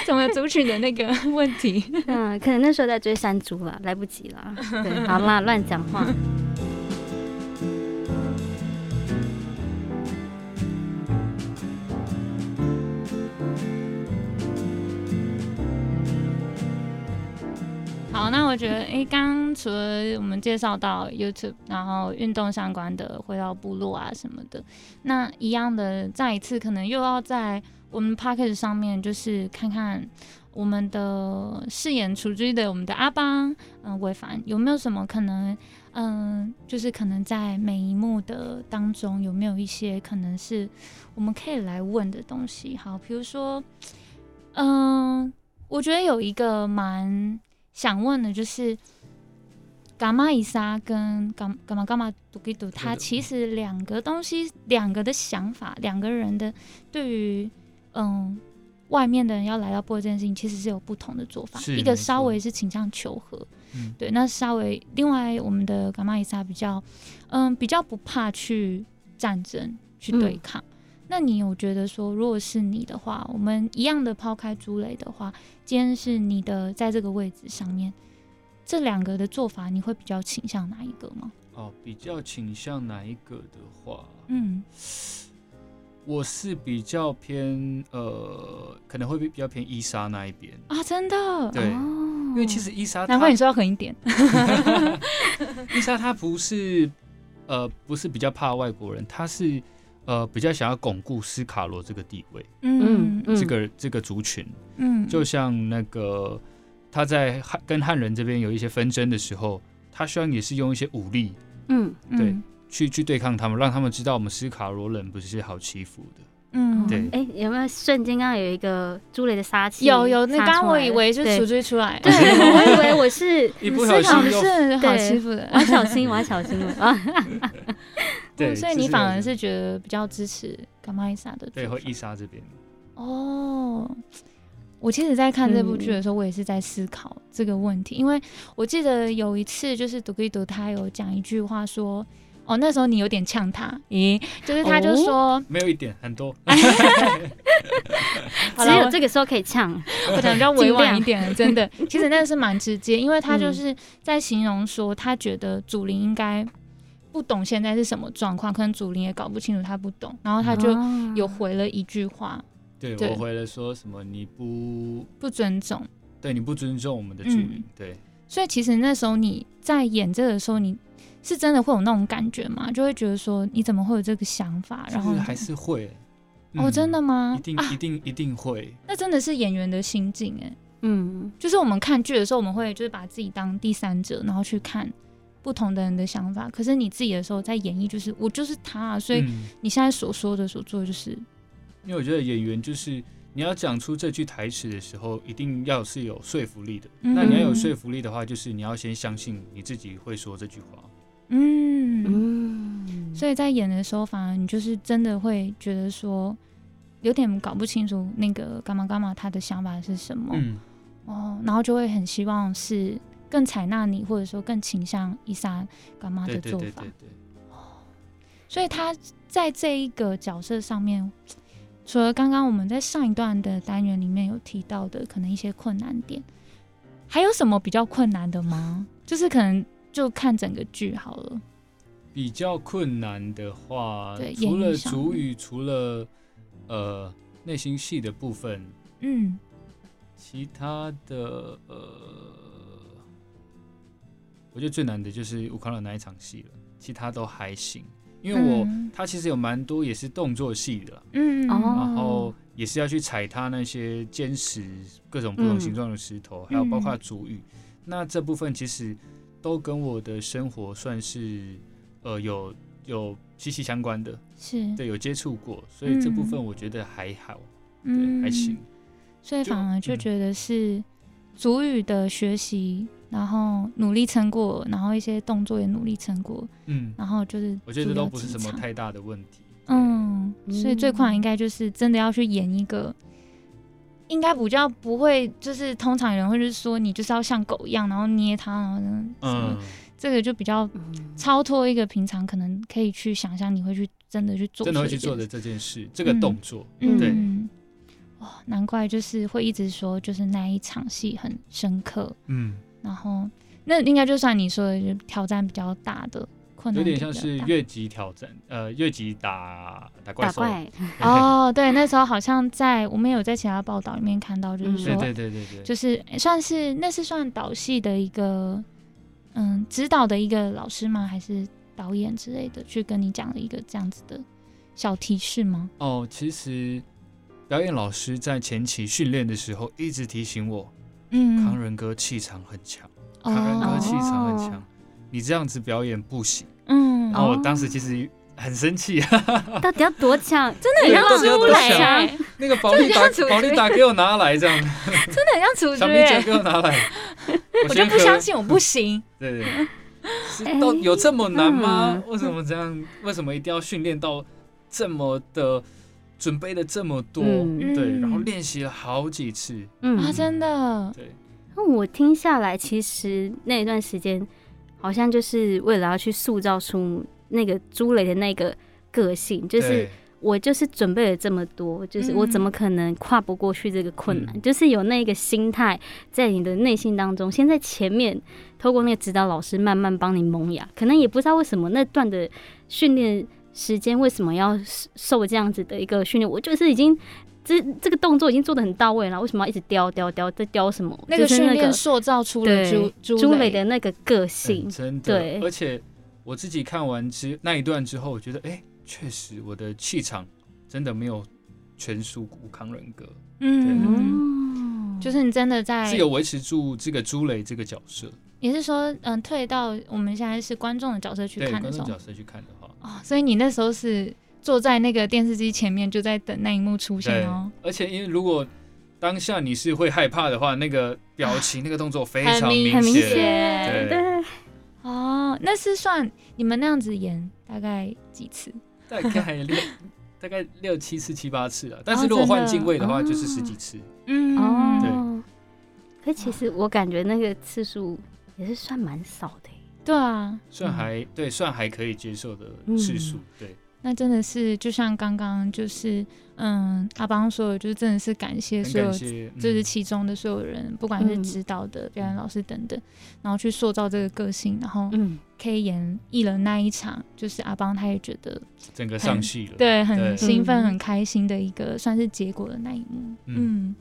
Speaker 2: (laughs) 怎么族群的那个问题？
Speaker 1: 嗯，可能那时候在追山猪啦，来不及啦。
Speaker 2: 嗯
Speaker 1: 对，好啦，乱讲话。
Speaker 2: 好，那我觉得，哎、刚刚除了我们介绍到 YouTube，然后运动相关的，回到部落啊什么的，那一样的，再一次可能又要在我们 p a c k a g e 上面，就是看看我们的饰演楚居的我们的阿邦，嗯、韦凡有没有什么可能，嗯、就是可能在每一幕的当中有没有一些可能是我们可以来问的东西？好，比如说，嗯、我觉得有一个蛮想问的，就是。伽马伊莎跟伽伽马伽马杜基杜，它
Speaker 3: 对的
Speaker 2: 其实两个东西，两个的想法，两个人的对于嗯外面的人要来到部落这件事情，其实是有不同的做法。
Speaker 3: 是
Speaker 2: 一
Speaker 3: 没
Speaker 2: 个
Speaker 3: 错
Speaker 2: 稍微是倾向求和，
Speaker 3: 嗯
Speaker 2: 对，那稍微另外我们的伽马伊莎比较，嗯，比较不怕去战争去对抗。
Speaker 3: 嗯
Speaker 2: 那你有觉得说，如果是你的话，我们一样的抛开猪类的话，今天是你的在这个位置上面，这两个的做法，你会比较倾向哪一个吗？
Speaker 3: 哦，比较倾向哪一个的话，
Speaker 2: 嗯
Speaker 3: 我是比较偏呃，可能会比比较偏伊莎那一边，
Speaker 2: 啊，真的，
Speaker 3: 对，
Speaker 1: 因
Speaker 3: 因为其实伊莎
Speaker 2: 难怪
Speaker 3: 她
Speaker 2: 你说要狠一点。
Speaker 3: (laughs) 伊莎她不是呃不是比较怕外国人，她是呃比较想要巩固斯卡罗这个地位，
Speaker 2: 嗯
Speaker 1: 嗯
Speaker 3: 这个这个族群，
Speaker 2: 嗯，
Speaker 3: 就像那个他在汉跟汉人这边有一些纷争的时候，他虽然也是用一些武力
Speaker 1: 嗯，
Speaker 3: 对去去对抗他们，让他们知道我们斯卡罗人不是好欺负的。
Speaker 2: 嗯，
Speaker 3: 对
Speaker 1: 哎，有没有瞬间刚刚有一个猪雷的杀气？
Speaker 2: 有有，那
Speaker 1: 杀
Speaker 2: 刚刚
Speaker 1: 出
Speaker 2: 我
Speaker 1: 来
Speaker 2: 以
Speaker 1: 了
Speaker 2: 为就是
Speaker 1: 对 (laughs)
Speaker 2: 楚追出 (laughs) 来，
Speaker 1: 对，
Speaker 3: (laughs)
Speaker 1: 我以为我是
Speaker 3: 一不小
Speaker 2: 是嗯好
Speaker 3: 心又
Speaker 2: 是好
Speaker 1: 对
Speaker 2: 欺负的
Speaker 1: 我。要小心，我要小心了啊！
Speaker 2: (laughs)
Speaker 3: 对，
Speaker 2: 所以
Speaker 3: 就
Speaker 2: 你反而
Speaker 3: 这
Speaker 2: 是
Speaker 3: 样
Speaker 2: 觉得比较支持伽马伊莎的
Speaker 3: 对，
Speaker 2: 做
Speaker 3: 和
Speaker 2: 法
Speaker 3: 伊莎这边
Speaker 2: 哦。我其实，在看这部剧的时候，我也是在思考这个问题，因为我记得有一次，就是独立独他有讲一句话说，哦，那时候你有点呛他，咦，就是他就说，
Speaker 3: 没有一点很多， (laughs)
Speaker 2: 好
Speaker 1: 只
Speaker 2: 啦
Speaker 1: 有
Speaker 2: 我
Speaker 1: 这个时候可以呛，
Speaker 2: 我讲比较委婉一
Speaker 1: 尽量嗯
Speaker 2: 点，
Speaker 1: (laughs)
Speaker 2: 真的，其实那是蛮直接，因为他就是在形容说，他觉得祖林应该不懂现在是什么状况，可能祖林也搞不清楚，他不懂，然后他就
Speaker 1: 哦
Speaker 2: 有回了一句话，
Speaker 3: 对
Speaker 2: 对
Speaker 3: 我回了说什么你不
Speaker 2: 不尊重。
Speaker 3: 对你不尊重我们的居民，
Speaker 2: 嗯
Speaker 3: 对，
Speaker 2: 所以其实那时候你在演这个的时候，你是真的会有那种感觉吗？就会觉得说你怎么会有这个想法？啊然后
Speaker 3: 就是
Speaker 2: 你
Speaker 3: 还是会、
Speaker 2: 哦，
Speaker 3: 嗯
Speaker 2: 真的吗
Speaker 3: 一？定、
Speaker 2: 啊，
Speaker 3: 一定一定会，
Speaker 2: 那真的是演员的心境哎。
Speaker 1: 嗯，
Speaker 2: 就是我们看剧的时候，我们会就是把自己当第三者，然后去看不同的人的想法。可是你自己的时候在演绎，就是我就是他啊、所以
Speaker 3: 嗯
Speaker 2: 你现在所说的所做的就是
Speaker 3: 因为我觉得演员就是你要讲出这句台词的时候，一定要是有说服力的。
Speaker 2: 嗯
Speaker 3: 那你要有说服力的话，就是你要先相信你自己会说这句话。
Speaker 2: 嗯
Speaker 1: 嗯，
Speaker 2: 所以在演的时候，反而你就是真的会觉得说，有点搞不清楚那个干嘛干嘛他的想法是什么、
Speaker 3: 嗯，
Speaker 2: 哦，然后就会很希望是更采纳你，或者说更倾向伊莎干嘛
Speaker 3: 对
Speaker 2: 的
Speaker 3: 对
Speaker 2: 做
Speaker 3: 对
Speaker 2: 法
Speaker 3: 对。对，
Speaker 2: 所以他在这一个角色上面，除了刚刚我们在上一段的单元里面有提到的可能一些困难点，还有什么比较困难的吗？ (laughs) 就是可能就看整个剧好了。
Speaker 3: 比较困难的话
Speaker 2: 对，
Speaker 3: 除
Speaker 2: 演
Speaker 3: 了
Speaker 2: 绎上
Speaker 3: 主
Speaker 2: 面
Speaker 3: 语，除了呃内心戏的部分，
Speaker 2: 嗯，
Speaker 3: 其他的呃，我觉得最难的就是乌克兰那一场戏了，其他都还行，因为我、
Speaker 2: 嗯
Speaker 3: 它其实有蛮多也是动作戏的啦，
Speaker 2: 嗯
Speaker 1: 哦
Speaker 3: 然后也是要去踩它那些坚石，各种不同
Speaker 1: 嗯
Speaker 3: 形状的石头，还有包括主语。那这部分其实都跟我的生活算是呃有有息息相关的，
Speaker 2: 是
Speaker 3: 对，有接触过，所以这部分
Speaker 2: 嗯
Speaker 3: 我觉得还好，对，
Speaker 2: 嗯
Speaker 3: 还行。
Speaker 2: 所以
Speaker 3: 就
Speaker 2: 反而就
Speaker 3: 嗯
Speaker 2: 觉得是主语的学习，然后努力成果，然后一些动作也努力成果，
Speaker 3: 嗯，
Speaker 2: 然后就是
Speaker 3: 我觉得
Speaker 2: 主要
Speaker 3: 都不是
Speaker 2: 进
Speaker 3: 什么
Speaker 2: 场
Speaker 3: 太大的问题。
Speaker 2: 嗯，
Speaker 1: 嗯
Speaker 2: 所以最困难应该就是真的要去演一个。应该比较不会，就是通常有人会就是说你就是要像狗一样，然后捏它，然后呢，
Speaker 3: 嗯，
Speaker 2: 这个就比较
Speaker 1: 嗯
Speaker 2: 超脱一个平常可能可以去想象，你会去真的去做，
Speaker 3: 真的会去做的，这件事，这个
Speaker 2: 嗯
Speaker 3: 动作，对
Speaker 2: 嗯，哇、难怪就是会一直说，就是那一场戏很深刻，
Speaker 3: 嗯，
Speaker 2: 然后那应该就算你说的就挑战比较大的困难
Speaker 3: 有
Speaker 2: 比
Speaker 3: 点
Speaker 2: 较大，
Speaker 3: 像是越级挑战，呃，越级打打怪
Speaker 1: 打
Speaker 3: 兽。
Speaker 1: 怪，
Speaker 3: (laughs)
Speaker 2: 哦，对，那时候好像在我们有在其他报道里面看到，就是
Speaker 1: 嗯
Speaker 2: 说，
Speaker 3: 对对对对对，
Speaker 2: 就是诶算是那是算导戏的一个嗯指导的一个老师吗？还是导演之类的去跟你讲了一个这样子的小提示吗？
Speaker 3: 哦，其实表演老师在前期训练的时候一直提醒我，康
Speaker 2: 嗯，
Speaker 3: 仁哥气场很强，康仁哥
Speaker 2: 哦，
Speaker 3: 气场很强
Speaker 1: 哦，
Speaker 3: 你这样子表演不行。
Speaker 2: 嗯， (laughs)
Speaker 3: 然后我当时其实很生气，啊
Speaker 1: 到底要多强？真
Speaker 3: 对
Speaker 1: 让
Speaker 3: 到底要
Speaker 1: 出
Speaker 3: 多
Speaker 1: 来
Speaker 3: 强
Speaker 1: 啊！
Speaker 3: (laughs) 那个保利达
Speaker 1: 这就，是
Speaker 3: 保利达给我拿来，这样，
Speaker 2: 真的很像主
Speaker 3: 小米酒给我拿来，
Speaker 2: 我就
Speaker 3: 先
Speaker 2: 不
Speaker 3: 喝
Speaker 2: 相信我不行。
Speaker 3: 对对，是
Speaker 1: 哎
Speaker 3: 到有这么难吗
Speaker 1: 嗯？
Speaker 3: 为什么这样？为什么一定要训练到这么的准备了这么多？
Speaker 1: 嗯
Speaker 3: 对，然后
Speaker 2: 嗯
Speaker 3: 练习了好几次，
Speaker 2: 啊，
Speaker 1: 嗯，
Speaker 2: 真的，
Speaker 3: 对，
Speaker 1: 那我听下来，其实那一段时间好像就是为了要去塑造出那个朱磊的那个个性，就是
Speaker 3: 对
Speaker 1: 我就是准备了这么多，就是我
Speaker 2: 嗯
Speaker 1: 怎么可能跨不过去这个困难？
Speaker 3: 嗯
Speaker 1: 就是有那个心态在你的内心当中，先在前面透过那个指导老师慢慢帮你萌芽。可能也不知道为什么那段的训练时间为什么要受受这样子的一个训练，我就是已经。这这个动作已经做的很到位了，为什么要一直雕雕雕？在雕什么？
Speaker 2: 那个
Speaker 1: 就是
Speaker 2: 训练塑造出了
Speaker 1: 对
Speaker 2: 朱
Speaker 1: 朱
Speaker 2: 磊
Speaker 1: 磊的那个个性
Speaker 3: 嗯，真的，
Speaker 1: 对
Speaker 3: 而且我自己看完之那一段之后，我觉得，哎，确实我的气场真的没有全输吴康仁哥，
Speaker 2: 嗯，
Speaker 1: 哦，
Speaker 2: 就是你真的在
Speaker 3: 是有维持住这个朱雷这个角色，
Speaker 2: 也是说，嗯，退到我们现在是观众的角色去
Speaker 3: 对
Speaker 2: 看的
Speaker 3: 观
Speaker 2: 时
Speaker 3: 众
Speaker 2: 候，
Speaker 3: 角色去看的话，
Speaker 2: 哦，所以你那时候是坐在那个电视机前面，就在等那一幕出
Speaker 3: 对
Speaker 2: 现哦，，
Speaker 3: 而且因为如果当下你是会害怕的话，那个表
Speaker 2: (sighs)
Speaker 3: 情、那个动作非常
Speaker 2: 明
Speaker 1: 很明
Speaker 3: 显，
Speaker 1: 显，
Speaker 3: 对
Speaker 1: 对，
Speaker 2: 哦，那是算你们那样子演大概几次？
Speaker 3: 大概六大概六七次、七八次了。啊但
Speaker 2: 哦
Speaker 3: 是如果
Speaker 2: 真的啊
Speaker 3: 换镜位的话，
Speaker 1: 哦
Speaker 3: 就是十几次。
Speaker 2: 嗯，
Speaker 1: 哦，可其实我感觉那个次数也是算蛮少的耶，
Speaker 2: 对啊，
Speaker 3: 算还、对，算还可以接受的次
Speaker 2: 嗯
Speaker 3: 数。对，
Speaker 2: 那真的是就像刚刚就是嗯阿邦说的，就是真的是感谢
Speaker 3: 很
Speaker 2: 所有
Speaker 3: 感谢。嗯
Speaker 2: 就是其中的所有人，不管是
Speaker 1: 嗯
Speaker 2: 指导的、表演老师等
Speaker 3: 嗯
Speaker 2: 等，然后去塑造这个个性，然后
Speaker 1: 嗯，
Speaker 2: 可以演艺人那一场，就是阿邦他也觉得
Speaker 3: 整个上戏了。，
Speaker 2: 对很
Speaker 3: 对
Speaker 2: 兴奋、
Speaker 1: 嗯
Speaker 2: 很开心的一个算是结果的那一幕。嗯
Speaker 3: 嗯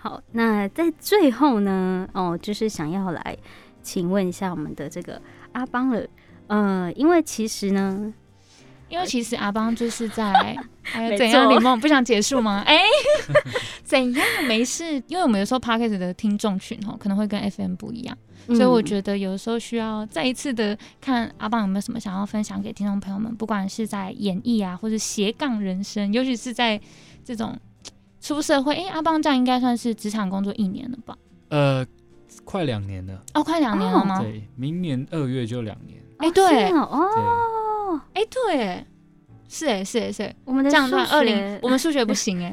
Speaker 1: 好，那在最后呢，哦，就是想要来请问一下我们的这个阿邦了，呃，因为其实呢，
Speaker 2: 因为其实阿邦就是在哎
Speaker 1: 没
Speaker 2: 怎样
Speaker 1: 错
Speaker 2: 李梦不想结束吗？哎，怎样没事？因为我们有时候 p o d c a s t 的听众群哦，可能会跟 FM 不一样。所以
Speaker 1: 嗯
Speaker 2: 我
Speaker 1: 哦
Speaker 2: 觉得有时候需要再一次的看阿棒有没有什么想要分享给听众朋友们，不管是在演艺啊，或者斜杠人生，尤其是在这种出社会，诶，哎阿棒这样应该算是职场工作一年了吧？
Speaker 3: 呃，快两年了。
Speaker 2: 哦，快两年了吗？
Speaker 3: 对，明年二月就两年。
Speaker 1: 得
Speaker 2: 哎对
Speaker 1: 哦，
Speaker 2: 诶，哎对，是诶，是欸诶，是诶，
Speaker 1: 我们的
Speaker 2: 这样算二零，我们数学不行诶，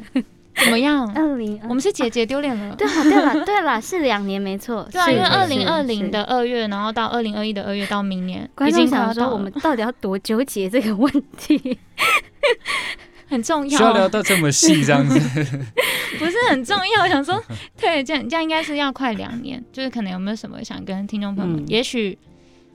Speaker 2: 怎么样？
Speaker 1: 二零，啊
Speaker 2: 我们是姐姐丢脸了。
Speaker 1: 对了对了对了，是两年没错，
Speaker 2: (laughs) 对啊，
Speaker 1: 是
Speaker 2: 因为
Speaker 1: 是
Speaker 2: 二零二
Speaker 1: 是
Speaker 2: 零的二月，然后到二零二一的二月到明年，
Speaker 1: 观
Speaker 2: 已
Speaker 1: 众
Speaker 2: 经快
Speaker 1: 想
Speaker 2: 要
Speaker 1: 说，
Speaker 2: 到
Speaker 1: 我
Speaker 2: 了
Speaker 1: 们到底要多纠结这个问题？
Speaker 2: (laughs) 很重
Speaker 3: 需要聊
Speaker 2: (laughs) 要，啊
Speaker 3: 到这么细这样子？
Speaker 2: (laughs) 不是很重 (laughs) 要。我想说，对，这样这样应该是要快两年，就是可能有没有什么想跟听众朋友们，
Speaker 1: 嗯
Speaker 2: 也许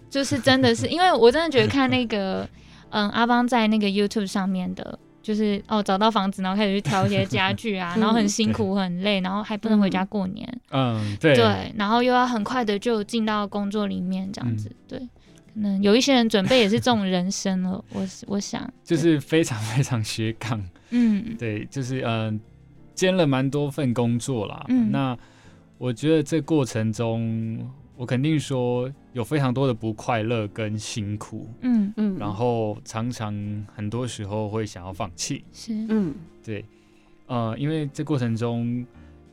Speaker 2: 就是真的是，因为我真的觉得看那 (laughs) 个，嗯，阿邦在那个 YouTube 上面的。就是哦，找到房子，然后开始去挑一些家具啊，
Speaker 1: 嗯
Speaker 2: 然后很辛苦、很累，然后还不能回家过年，
Speaker 3: 嗯，对，
Speaker 2: 对，然后又要很快的就进到工作里面这样
Speaker 3: 嗯
Speaker 2: 子，对，可能有一些人准备也是这种人生了，我我想，
Speaker 3: 就是非常非常斜杠。
Speaker 2: 嗯
Speaker 3: 对，就是嗯、呃兼了蛮多份工作啦。
Speaker 2: 嗯
Speaker 3: 那我觉得这过程中，我肯定说有非常多的不快乐跟辛苦，
Speaker 2: 嗯
Speaker 1: 嗯，
Speaker 3: 然后常常很多时候会想要放弃。
Speaker 2: 是
Speaker 1: 嗯
Speaker 3: 对，呃，因为这过程中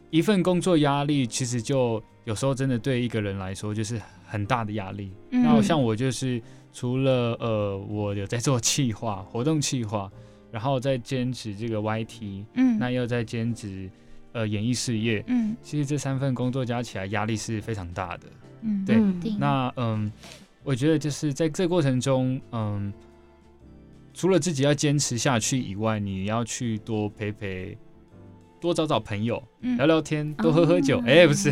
Speaker 3: 一份工作压力，其实就有时候真的对一个人来说就是很大的压力。
Speaker 2: 嗯
Speaker 3: 那像我就是除了呃，我有在做企划、活动企划，然后再兼职这个 YT，
Speaker 2: 嗯
Speaker 3: 那又在兼职呃演艺事业。
Speaker 2: 嗯
Speaker 3: 其实这三份工作加起来压力是非常大的。
Speaker 2: 嗯
Speaker 3: 对
Speaker 1: 嗯
Speaker 2: 定
Speaker 3: 那嗯，我觉得就是在这过程中，嗯，除了自己要坚持下去以外，你要去多陪陪，多找找朋友
Speaker 2: 嗯
Speaker 3: 聊聊天，多喝喝酒。
Speaker 1: 哦
Speaker 3: 哎、不是，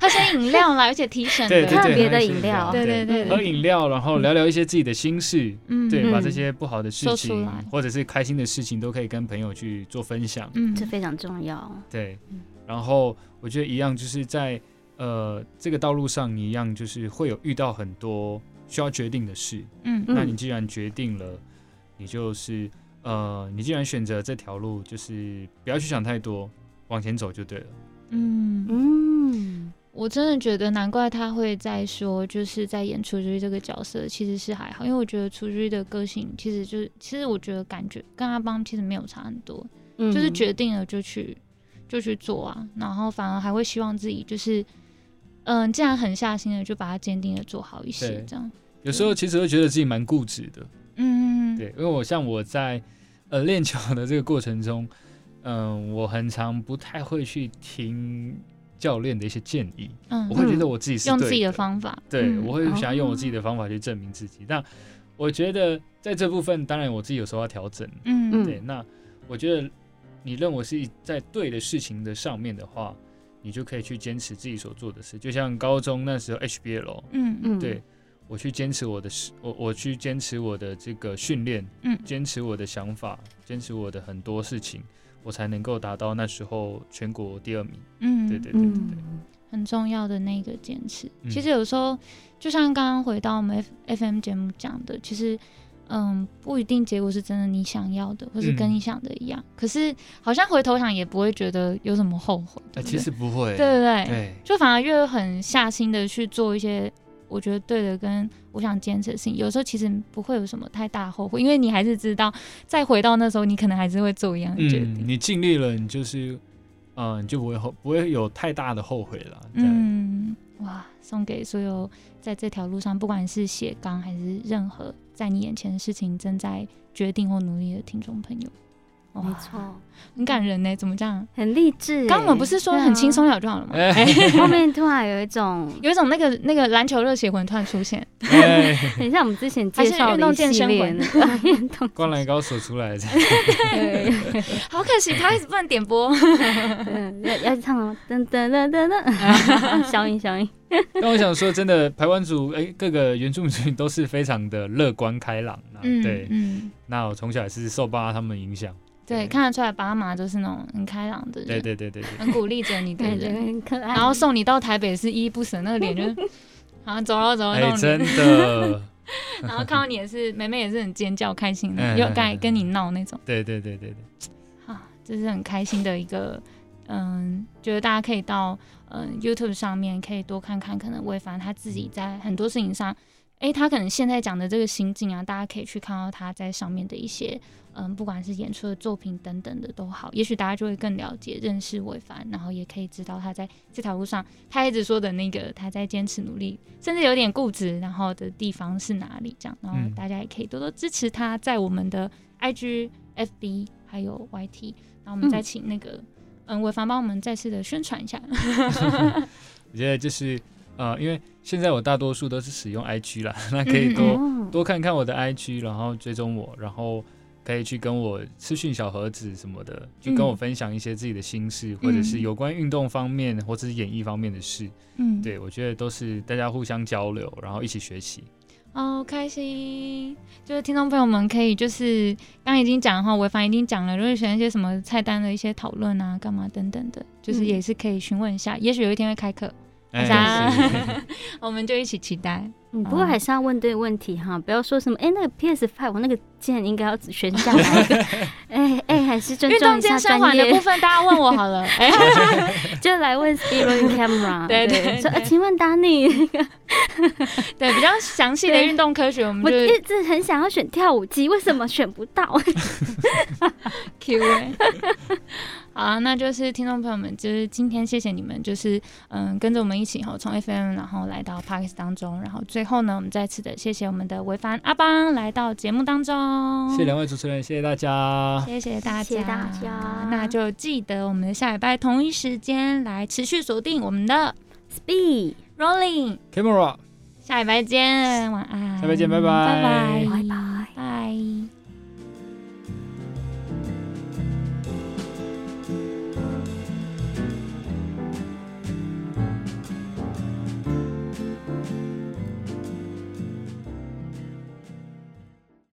Speaker 2: 它是饮料啦，而且提神
Speaker 3: 对对
Speaker 2: 的，
Speaker 3: 对，
Speaker 1: 特别的
Speaker 3: 喝一些
Speaker 1: 饮料
Speaker 2: 对对对
Speaker 3: 喝饮料，然后聊聊一些自己的心事，
Speaker 2: 嗯
Speaker 3: 对，把
Speaker 1: 嗯
Speaker 3: 这些不好的事
Speaker 2: 说出
Speaker 3: 情
Speaker 2: 来
Speaker 3: 或者是开心的事情都可以跟朋友去做分享。
Speaker 2: 嗯
Speaker 1: 这非常重要。
Speaker 3: 对
Speaker 1: 嗯，
Speaker 3: 然后我觉得一样就是在呃这个道路上，你一样就是会有遇到很多需要决定的事。
Speaker 2: 嗯
Speaker 1: 嗯
Speaker 3: 那你既然决定了，你就是呃，你既然选择这条路，就是不要去想太多，往前走就对了。
Speaker 2: 嗯，
Speaker 1: 嗯，
Speaker 2: 我真的觉得难怪他会在说，就是在演楚之这个角色其实是还好，因为我觉得楚之的个性其实就是，其实我觉得感觉跟阿邦其实没有差很多，
Speaker 1: 嗯
Speaker 3: 嗯
Speaker 2: 就是决定了就去就去做啊，然后反而还会希望自己就是，嗯，既然狠下心了，就把它坚定的做好一些
Speaker 3: 对，
Speaker 2: 这样，
Speaker 3: 有时候其实会觉得自己蛮固执的，
Speaker 2: 嗯，
Speaker 3: 对，因为我像我在呃练球的这个过程中，嗯、我很常不太会去听教练的一些建议，
Speaker 2: 嗯，
Speaker 3: 我会觉
Speaker 1: 嗯
Speaker 3: 得我自己是
Speaker 2: 用
Speaker 3: 对
Speaker 2: 自己的
Speaker 3: 的
Speaker 2: 方法，
Speaker 3: 对，
Speaker 2: 嗯
Speaker 3: 我会想要用我自己的方法去证明自己。但我觉得在这部分，当然我自己有时候要调整。
Speaker 2: 嗯
Speaker 1: 嗯
Speaker 3: 对，那我觉得你认为是在对的事情的上面的话，你就可以去坚持自己所做的事。就像高中那时候 HBL，
Speaker 2: 嗯
Speaker 1: 嗯
Speaker 2: 嗯
Speaker 3: 对我去坚持我的事，我我去坚持我的这个训练，
Speaker 2: 嗯
Speaker 3: 坚持我的想法，坚持我的很多事情，我才能够达到那时候全国第二名。
Speaker 2: 嗯，
Speaker 3: 对对对对对。
Speaker 1: 嗯
Speaker 2: 很重要的那个坚持。
Speaker 3: 嗯
Speaker 2: 其实有时候，就像刚刚回到我们 F F M 节目讲的，其实嗯，不一定结果是真的你想要的，或是跟
Speaker 3: 嗯
Speaker 2: 你想的一样。可是好像回头想也不会觉得有什么后悔，
Speaker 3: 哎、
Speaker 2: 对不
Speaker 3: 其
Speaker 2: 对
Speaker 3: 实不
Speaker 2: 对
Speaker 3: 会，
Speaker 2: 对对，
Speaker 3: 对
Speaker 2: 就反而越很下心的去做一些。我觉得对的，跟我想坚持的事情，有时候其实不会有什么太大后悔，因为你还是知道，再回到那时候，你可能还是会做一样的决定。
Speaker 3: 嗯你尽力了，你就是，嗯、你就不会后不会有太大的后悔了。嗯，
Speaker 2: 嗯，哇，送给所有在这条路上，不管是斜杠还是任何在你眼前的事情正在决定或努力的听众朋友，哇
Speaker 1: 没，错，
Speaker 2: 很感人呢。怎么这样？
Speaker 1: 很励志欸。
Speaker 2: 刚刚我们不是说
Speaker 1: 对啊
Speaker 2: 很轻松了就好了吗？
Speaker 3: 哎、
Speaker 1: (laughs) 后面突然有一种
Speaker 2: 有一种那个那个篮球热血魂突然出现，
Speaker 3: 哎，
Speaker 1: 很像我们之前介绍的一系列那个运动
Speaker 3: (laughs) 灌篮高手出来的，
Speaker 1: 对
Speaker 2: 好可惜，他一直不能点播。
Speaker 1: 嗯要要唱了吗？噔噔噔噔
Speaker 2: (laughs)
Speaker 1: 噔，消音消音。
Speaker 3: 但我想说，真的，台湾族哎、各个原住民族群都是非常的乐观开朗啊。
Speaker 2: (laughs) 嗯，
Speaker 3: 对，
Speaker 2: 嗯，
Speaker 3: 那我从小也是受爸妈他们影响。
Speaker 2: 对，看得出来，爸妈就是那种很开朗的人，
Speaker 3: 对对对对对，
Speaker 2: 很鼓励着你
Speaker 3: (laughs)
Speaker 2: 的
Speaker 1: 感觉
Speaker 2: 人，
Speaker 1: 很可爱。哦
Speaker 2: 然后送你到台北是依依不舍，那个脸就是，好，走了走了，
Speaker 3: 哎、
Speaker 2: 哦那种
Speaker 3: 真的，
Speaker 2: 然后看到你也是，妹妹也是很尖叫开心的，
Speaker 3: 嗯
Speaker 2: 又该跟你闹那种
Speaker 3: 对对对对对，
Speaker 2: 啊，这是很开心的一个，嗯，觉得大家可以到嗯 YouTube 上面可以多看看，可能魏凡他自己在很多事情上，诶，他可能现在讲的这个心境啊，大家可以去看到他在上面的一些，嗯，不管是演出的作品等等的都好，也许大家就会更了解认识魏凡，然后也可以知道他在这条路上，他一直说的那个他在坚持努力，甚至有点固执，然后的地方是哪里这样，然后
Speaker 3: 嗯
Speaker 2: 大家也可以多多支持他，在我们的 IG、FB 还有 YT，然后我们
Speaker 1: 嗯
Speaker 2: 再请那个嗯伟凡帮我们再次的宣传一下，
Speaker 3: 我觉得就是呃，因为现在我大多数都是使用 IG 啦，那可以多
Speaker 1: 哦
Speaker 3: 多看看我的 IG，然后追踪我，然后可以去跟我私讯小盒子什么的，就跟我分享一些自己的心事，或者是有关运动方面或者是演艺方面的事。
Speaker 2: 嗯，
Speaker 3: 对我觉得都是大家互相交流，然后一起学习。
Speaker 2: 哦，开心！就是听众朋友们可以，就是刚刚已经讲的话，我反正已经讲了，如果选一些什么菜单的一些讨论啊、干嘛等等的，就是
Speaker 1: 嗯
Speaker 2: 也是可以询问一下，也许有一天会开课，
Speaker 3: 哎，
Speaker 2: 赞
Speaker 3: 是
Speaker 2: 我们就一起期待。
Speaker 1: 嗯，不过还是要问对问题哈，不要说什么哎、那个 PS Five 我那个键应该要选下
Speaker 3: (laughs)
Speaker 1: 哪一个？哎哎、还是尊
Speaker 2: 运
Speaker 1: 重
Speaker 2: 动
Speaker 1: 一
Speaker 2: 健
Speaker 1: 下
Speaker 2: 身
Speaker 1: 专
Speaker 2: 环的部
Speaker 1: 业，
Speaker 2: 分，大家问我
Speaker 1: (laughs)
Speaker 2: 好了。哎，
Speaker 1: 就来问 Speed Rolling Camera
Speaker 2: (laughs) 对对对
Speaker 1: 说、呃、请问 Danny，
Speaker 2: 对，比较详细的
Speaker 1: 对
Speaker 2: 运动科学，我们
Speaker 1: 我
Speaker 2: 就
Speaker 1: 一直很想要选跳舞机，为什么选不到？ (laughs)
Speaker 2: Q A。好啊，那就是听众朋友们，就是今天谢谢你们，就是嗯跟着我们一起哈，从 FM 然后来到 p a r k s 当中，然后最后呢，我们再次的谢谢我们的维凡阿邦来到节目当中，
Speaker 3: 谢谢两位主持人，谢谢大家。
Speaker 2: 谢谢大家，
Speaker 1: 谢谢大家
Speaker 2: 那就记得我们的下礼拜同一时间来持续锁定我们的
Speaker 1: Speed，
Speaker 2: Rolling，
Speaker 3: Camera，
Speaker 2: 下礼拜见，晚安，
Speaker 3: 下礼拜见拜拜
Speaker 2: 拜拜。
Speaker 1: 晚